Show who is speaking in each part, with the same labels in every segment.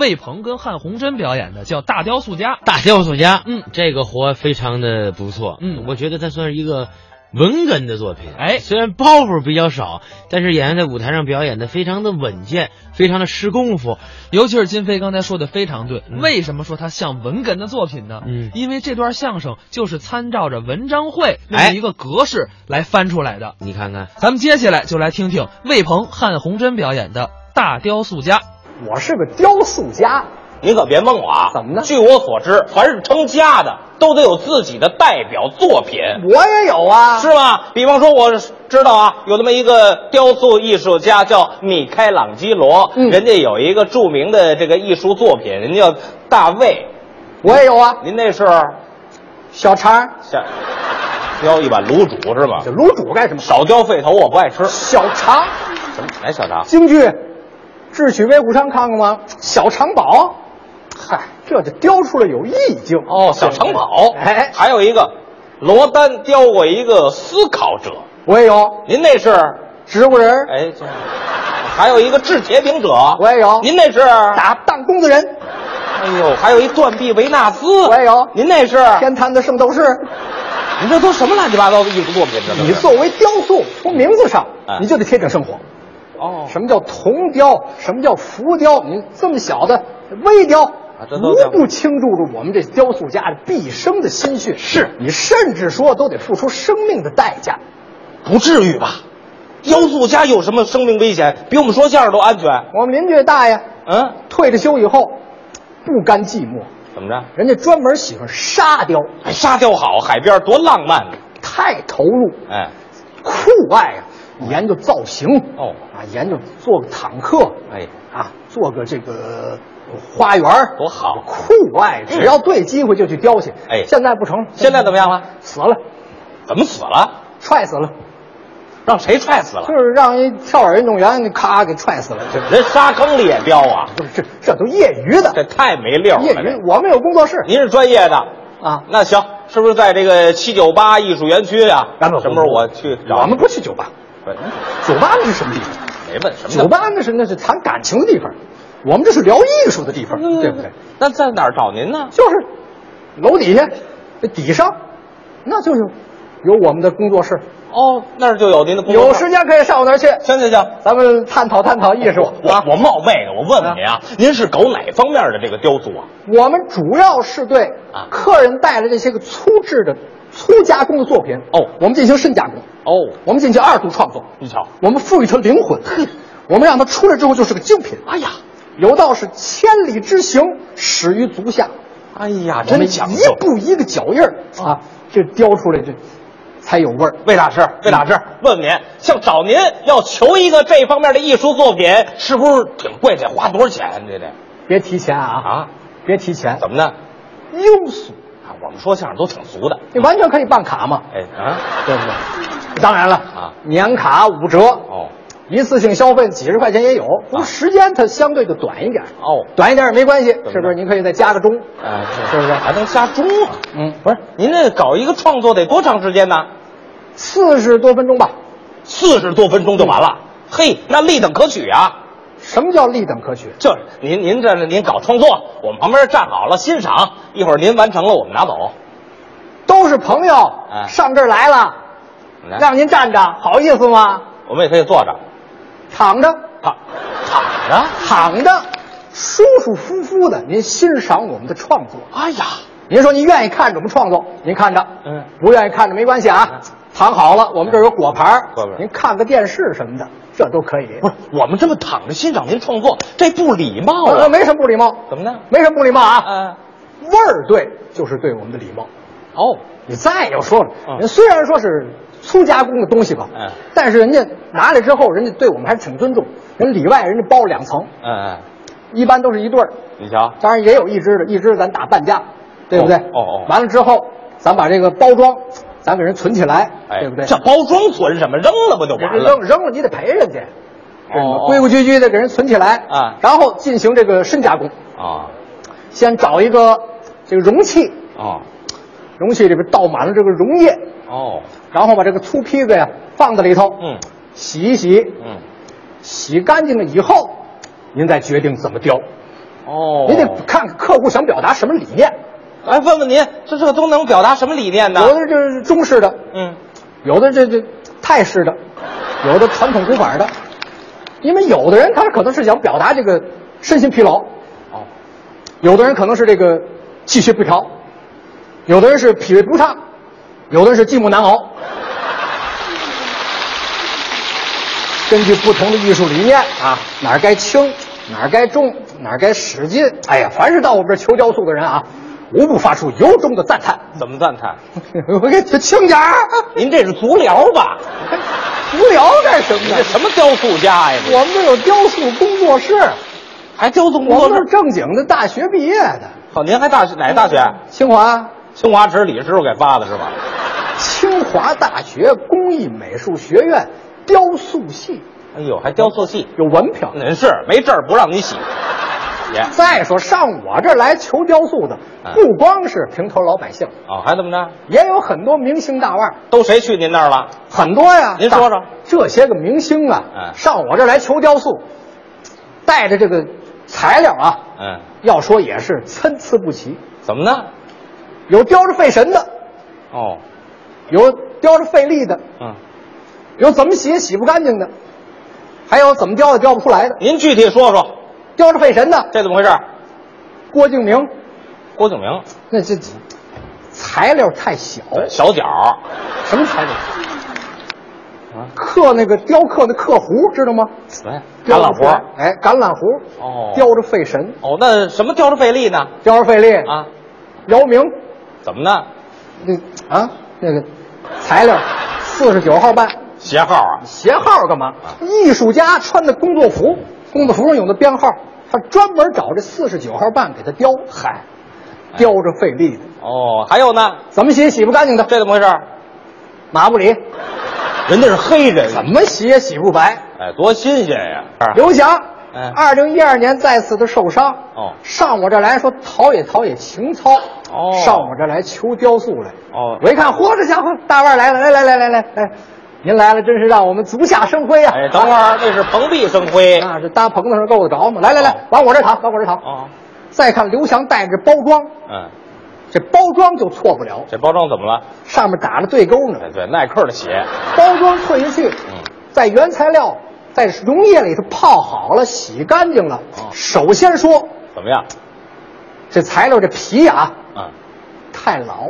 Speaker 1: 魏鹏跟汉红珍表演的，叫《大雕塑家》。
Speaker 2: 大雕塑家，
Speaker 1: 嗯，
Speaker 2: 这个活非常的不错，
Speaker 1: 嗯
Speaker 2: 我觉得它算是一个文哏的作品，
Speaker 1: 哎
Speaker 2: 虽然包袱比较少，但是演员在舞台上表演的非常的稳健，非常的施功夫，
Speaker 1: 尤其是金飞刚才说的非常对，
Speaker 2: 嗯
Speaker 1: 为什么说它像文哏的作品呢？
Speaker 2: 嗯
Speaker 1: 因为这段相声就是参照着文章会那
Speaker 2: 哎
Speaker 1: 么一个格式来翻出来的。
Speaker 2: 你看看，
Speaker 1: 咱们接下来就来听听魏鹏、汉红珍表演的《大雕塑家》。
Speaker 3: 我是个雕塑家，
Speaker 4: 您可别蒙我啊！
Speaker 3: 怎么呢
Speaker 4: 据我所知，凡是成家的都得有自己的代表作品，
Speaker 3: 我也有啊。
Speaker 4: 是吗？比方说，我知道啊，有那么一个雕塑艺术家叫米开朗基罗，
Speaker 3: 嗯
Speaker 4: 人家有一个著名的这个艺术作品，人家叫大卫。
Speaker 3: 我也有啊。
Speaker 4: 您那是
Speaker 3: 小肠，
Speaker 4: 像雕一碗卤煮是吗
Speaker 3: 这？卤煮干什么？
Speaker 4: 少雕肺头，我不爱吃。
Speaker 3: 小肠，
Speaker 4: 怎么来小肠？
Speaker 3: 京剧《智取威虎山》看过吗？小肠宝，嗨，这就雕出了有意境
Speaker 4: 哦，小城堡。
Speaker 3: 哎，
Speaker 4: 还有一个罗丹雕过一个思考者，
Speaker 3: 我也有
Speaker 4: 您那是
Speaker 3: 植物人，
Speaker 4: 哎，这还有一个制铁饼者，
Speaker 3: 我也有啊
Speaker 4: 您那是？
Speaker 3: 打弹弓的人，
Speaker 4: 哎呦，还有一断臂维纳斯，
Speaker 3: 我也有
Speaker 4: 您那是？
Speaker 3: 天坛的圣斗士。
Speaker 4: 您这都什么乱七八糟的艺术作品呢？
Speaker 3: 你作为雕塑，从名字上
Speaker 4: 哎
Speaker 3: 你就得贴近生活。
Speaker 4: 哦
Speaker 3: 什么叫铜雕？什么叫浮雕？你这么小的微雕，
Speaker 4: 啊这都叫
Speaker 3: 无不倾注着我们这雕塑家的毕生的心血。是你甚至说都得付出生命的代价。
Speaker 4: 不至于吧？雕塑家有什么生命危险？比我们说相声都安全？
Speaker 3: 我们邻居大爷
Speaker 4: 嗯，
Speaker 3: 退了休以后，不甘寂寞，
Speaker 4: 怎么着？
Speaker 3: 人家专门喜欢沙雕，
Speaker 4: 哎，沙雕好，海边多浪漫呢！
Speaker 3: 太投入，
Speaker 4: 哎，
Speaker 3: 酷爱啊！研究造型
Speaker 4: 哦
Speaker 3: 啊，研究做个坦克，
Speaker 4: 哎，
Speaker 3: 啊，做个这个花园儿
Speaker 4: 多好
Speaker 3: 酷爱，只要对机会就去雕去。
Speaker 4: 哎
Speaker 3: 现在不成，
Speaker 4: 现在怎么样了？
Speaker 3: 死了，
Speaker 4: 怎么死了？
Speaker 3: 踹死了，
Speaker 4: 让谁踹死了
Speaker 3: 就？是让一跳远运动员咔给踹死了。这
Speaker 4: 人沙坑里也雕啊，
Speaker 3: 不是这这都业余的
Speaker 4: 这，太没溜
Speaker 3: 业
Speaker 4: 了。
Speaker 3: 余
Speaker 4: 这
Speaker 3: 我们有工作室
Speaker 4: 您是专业的，
Speaker 3: 啊。
Speaker 4: 那行，是不是在这个七九八艺术园区啊？
Speaker 3: 然后
Speaker 4: 什么时候我去找
Speaker 3: 我
Speaker 4: 你
Speaker 3: 们不去酒吧，
Speaker 4: 不是
Speaker 3: 酒吧那是什么地方？
Speaker 4: 没问什么叫
Speaker 3: 酒吧那是那是谈感情的地方，我们这是聊艺术的地方，对不对？？
Speaker 4: 嗯那在哪儿找您呢？
Speaker 3: 就是楼底下，这底上，那就是有我们的工作室。
Speaker 4: 哦，那儿就有您的工作。
Speaker 3: 有时间可以上我那儿去，
Speaker 4: 行行行，
Speaker 3: 咱们探讨探讨艺术啊。
Speaker 4: 我冒昧的，我问问您啊，您是搞哪方面的这个雕塑啊？
Speaker 3: 我们主要是对
Speaker 4: 啊
Speaker 3: 客人带来这些个粗制的、粗加工的作品
Speaker 4: 哦
Speaker 3: 我们进行深加工，
Speaker 4: 哦，
Speaker 3: 我们进行二度创作，
Speaker 4: 你瞧，
Speaker 3: 我们赋予它灵魂，我们让它出来之后就是个精品。
Speaker 4: 哎呀，
Speaker 3: 有道是千里之行，始于足下，
Speaker 4: 哎呀，
Speaker 3: 我
Speaker 4: 真
Speaker 3: 们
Speaker 4: 讲
Speaker 3: 一
Speaker 4: 究。
Speaker 3: 步一个脚印儿啊，这雕出来这才有味儿。
Speaker 4: 魏大师，魏大师，问问您，像找您要求一个这方面的艺术作品，是不是挺贵？得花多少钱？啊这得
Speaker 3: 别提钱啊
Speaker 4: 啊，
Speaker 3: 别提钱，
Speaker 4: 怎么呢？
Speaker 3: 庸俗，
Speaker 4: 啊，我们说相声都挺俗的。
Speaker 3: 你完全可以办卡嘛。
Speaker 4: 哎啊，
Speaker 3: 对不对？嗯当然了
Speaker 4: 啊
Speaker 3: 年卡五折
Speaker 4: 哦，
Speaker 3: 一次性消费几十块钱也有，
Speaker 4: 啊
Speaker 3: 不过时间它相对就短一点
Speaker 4: 哦
Speaker 3: 短一点也没关系，
Speaker 4: 么着
Speaker 3: 是不是？您可以再加个钟，
Speaker 4: 啊，
Speaker 3: 是不是
Speaker 4: 还能瞎中啊？
Speaker 3: 嗯，
Speaker 4: 不是，您这搞一个创作得多长时间呢？
Speaker 3: 四十多分钟吧。
Speaker 4: 四十多分钟就完了。嘿，那立等可取啊！
Speaker 3: 什么叫立等可取？
Speaker 4: 就是您您这您搞创作，我们旁边站好了欣赏，一会儿您完成了我们拿走。
Speaker 3: 都是朋友
Speaker 4: 嗯
Speaker 3: 上这儿来了，
Speaker 4: 来
Speaker 3: 让您站着，好意思吗？
Speaker 4: 我们也可以坐着，
Speaker 3: 躺着，
Speaker 4: 躺躺着。
Speaker 3: 躺着，舒舒服服的，您欣赏我们的创作。
Speaker 4: 哎呀，
Speaker 3: 您说您愿意看着我们创作，您看着，
Speaker 4: 嗯，
Speaker 3: 不愿意看着没关系啊，躺好了，我们这儿有果盘儿
Speaker 4: 果盘儿
Speaker 3: 您看个电视什么的，这都可以。
Speaker 4: 不是我们这么躺着欣赏您创作，这不礼貌
Speaker 3: 呃，
Speaker 4: 啊！
Speaker 3: 没什么不礼貌，
Speaker 4: 怎么呢？
Speaker 3: 没什么不礼貌啊，
Speaker 4: 啊，
Speaker 3: 味儿对就是对我们的礼貌。
Speaker 4: 哦，
Speaker 3: 你再有说了，
Speaker 4: 嗯
Speaker 3: 人虽然说是粗加工的东西吧，
Speaker 4: 嗯
Speaker 3: 但是人家拿来之后，人家对我们还是挺尊重，人里外人家包了两层，
Speaker 4: 嗯嗯，
Speaker 3: 一般都是一对儿，
Speaker 4: 你瞧，
Speaker 3: 当然也有一只的，一只咱打半价，对不对？
Speaker 4: 哦哦哦
Speaker 3: 完了之后，咱把这个包装，咱给人存起来，
Speaker 4: 哎，
Speaker 3: 对不对？
Speaker 4: 这包装存什么？扔了不就
Speaker 3: 人
Speaker 4: 完
Speaker 3: 家
Speaker 4: 了
Speaker 3: 扔？扔了，你得赔人家，知道吗
Speaker 4: 哦哦
Speaker 3: 规规矩矩的给人存起来
Speaker 4: 啊
Speaker 3: 然后进行这个深加工，
Speaker 4: 啊
Speaker 3: 先找一个这个容器，
Speaker 4: 哦
Speaker 3: 容器里边倒满了这个溶液，
Speaker 4: 哦，
Speaker 3: 然后把这个粗坯子呀放在里头，
Speaker 4: 嗯
Speaker 3: 洗一洗，
Speaker 4: 嗯，
Speaker 3: 洗干净了以后，您再决定怎么雕。
Speaker 4: 哦
Speaker 3: 你得看看客户想表达什么理念。
Speaker 4: 哎，问问您，这这个都能表达什么理念呢？
Speaker 3: 有的这是中式的，
Speaker 4: 嗯，
Speaker 3: 有的这这泰式的，有的传统古板的，因为有的人他可能是想表达这个身心疲劳，
Speaker 4: 哦，
Speaker 3: 有的人可能是这个气血不调，有的人是脾胃不畅，有的人是寂寞难熬。根据不同的艺术理念啊，哪儿该轻，哪儿该重，哪儿该使劲，哎呀，凡是到我们这儿求雕塑的人啊，无不发出由衷的赞叹。
Speaker 4: 怎么赞叹？
Speaker 3: 我给他轻点儿，啊
Speaker 4: 您这是足疗 吧？
Speaker 3: 无聊干什么
Speaker 4: 你
Speaker 3: 呢
Speaker 4: 这？ 什么雕塑家呀？你
Speaker 3: 我们这有雕塑工作室，
Speaker 4: 还雕塑工
Speaker 3: 我
Speaker 4: 作
Speaker 3: 们是
Speaker 4: 室？
Speaker 3: 正经的大学毕业的，
Speaker 4: 好，哦您还大学哪个大学？
Speaker 3: 清华
Speaker 4: 清华池李师傅给发的是吧？
Speaker 3: 清华大学工艺美术学院雕塑系
Speaker 4: 哎呦，还雕塑系，
Speaker 3: 有文凭。
Speaker 4: 您是没证儿不让你 洗，也
Speaker 3: 再说上我这儿来求雕塑的，
Speaker 4: 哎嗯
Speaker 3: 不光是平头老百姓，
Speaker 4: 哦，还怎么着？
Speaker 3: 也有很多明星大腕儿，
Speaker 4: 都谁去您那儿了？
Speaker 3: 很多呀。
Speaker 4: 您说说
Speaker 3: 大这些个明星啊，
Speaker 4: 嗯
Speaker 3: 上我这儿来求雕塑，带着这个材料啊，
Speaker 4: 嗯，
Speaker 3: 要说也是参差不齐，
Speaker 4: 怎么呢？
Speaker 3: 有雕着费神的，
Speaker 4: 哦，
Speaker 3: 有雕着费力的，
Speaker 4: 嗯，
Speaker 3: 有怎么洗也洗不干净的，还有怎么雕也雕不出来的，
Speaker 4: 您具体说说
Speaker 3: 雕着费神的。
Speaker 4: 这怎么回事？
Speaker 3: 郭敬明，
Speaker 4: 郭敬明，
Speaker 3: 那这材料太小，
Speaker 4: 小脚儿，
Speaker 3: 什么材料？啊，刻那个雕刻的刻壶，知道吗？
Speaker 4: 哎，
Speaker 3: 雕
Speaker 4: 他
Speaker 3: 不
Speaker 4: 老
Speaker 3: 出来
Speaker 4: 婆。
Speaker 3: 哎，橄榄壶，
Speaker 4: 哦
Speaker 3: 雕着费神，
Speaker 4: 哦，那什么雕着费力呢？
Speaker 3: 雕着费力。
Speaker 4: 啊，
Speaker 3: 姚明，
Speaker 4: 怎么呢？
Speaker 3: 那啊那个材料，四十九号半，
Speaker 4: 鞋号啊？
Speaker 3: 鞋号干嘛？艺术家穿的工作服，工作服上有的编号，他专门找这四十九号半给他雕，嗨，雕着费力的，
Speaker 4: 哦，还有呢？
Speaker 3: 怎么洗也洗不干净的，
Speaker 4: 这怎么回事？
Speaker 3: 马布里
Speaker 4: 人家是黑人，啊
Speaker 3: 怎么洗也洗不白。
Speaker 4: 哎，多新鲜呀！是吧
Speaker 3: 刘翔
Speaker 4: 嗯，
Speaker 3: 二零一二年再次的受伤，
Speaker 4: 哦
Speaker 3: 上我这来说陶冶陶冶情操，
Speaker 4: 哦
Speaker 3: 上我这来求雕塑来，
Speaker 4: 哦
Speaker 3: 我一看，嚯，这家伙大腕儿来了，来来来来来来，您来了，真是让我们足下生辉呀、啊
Speaker 4: 哎，等会儿那是蓬荜生辉。
Speaker 3: 那是搭棚子上够得着吗？来来
Speaker 4: 哦
Speaker 3: 来，往我这躺，往我这躺。
Speaker 4: 哦，
Speaker 3: 再看刘翔带着包装，
Speaker 4: 嗯，
Speaker 3: 这包装就错不了，
Speaker 4: 这包装怎么了？
Speaker 3: 上面打着对勾呢
Speaker 4: 哎，。对，耐克的鞋。
Speaker 3: 包装退下去
Speaker 4: 嗯，
Speaker 3: 在原材料在溶液里头泡好了，洗干净了
Speaker 4: 哦。
Speaker 3: 首先说，
Speaker 4: 怎么样？
Speaker 3: 这材料这皮啊
Speaker 4: 嗯，
Speaker 3: 太老，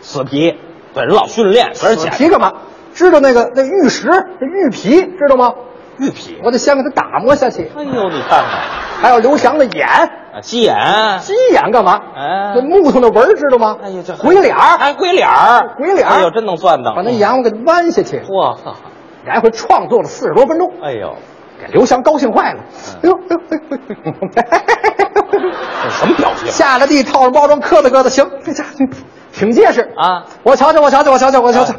Speaker 4: 死皮，本人老训练，而且
Speaker 3: 死皮干嘛？知道那个那玉石那玉皮知道吗？
Speaker 4: 玉皮。
Speaker 3: 我得先给它打磨下去。
Speaker 4: 哎呦，你看看，
Speaker 3: 还有刘翔的眼，
Speaker 4: 啊，鸡眼，
Speaker 3: 鸡眼干嘛？
Speaker 4: 哎
Speaker 3: 那木头那纹儿知道吗？
Speaker 4: 哎呦，这
Speaker 3: 鬼脸儿，
Speaker 4: 哎，鬼脸儿，
Speaker 3: 鬼脸儿
Speaker 4: 哎呦，真能算到。
Speaker 3: 把那羊我给弯下去，
Speaker 4: 嚯，哈哈
Speaker 3: 来回创作了四十多分钟，
Speaker 4: 哎呦，
Speaker 3: 给刘翔高兴坏了。哎呦，哎呦哎呦哎呦
Speaker 4: 这什么表情？啊
Speaker 3: 下了地，套上包装，磕哒磕哒，行，这家伙挺结实
Speaker 4: 啊！
Speaker 3: 我瞧瞧，我瞧瞧，我瞧瞧，我瞧瞧
Speaker 4: 啊。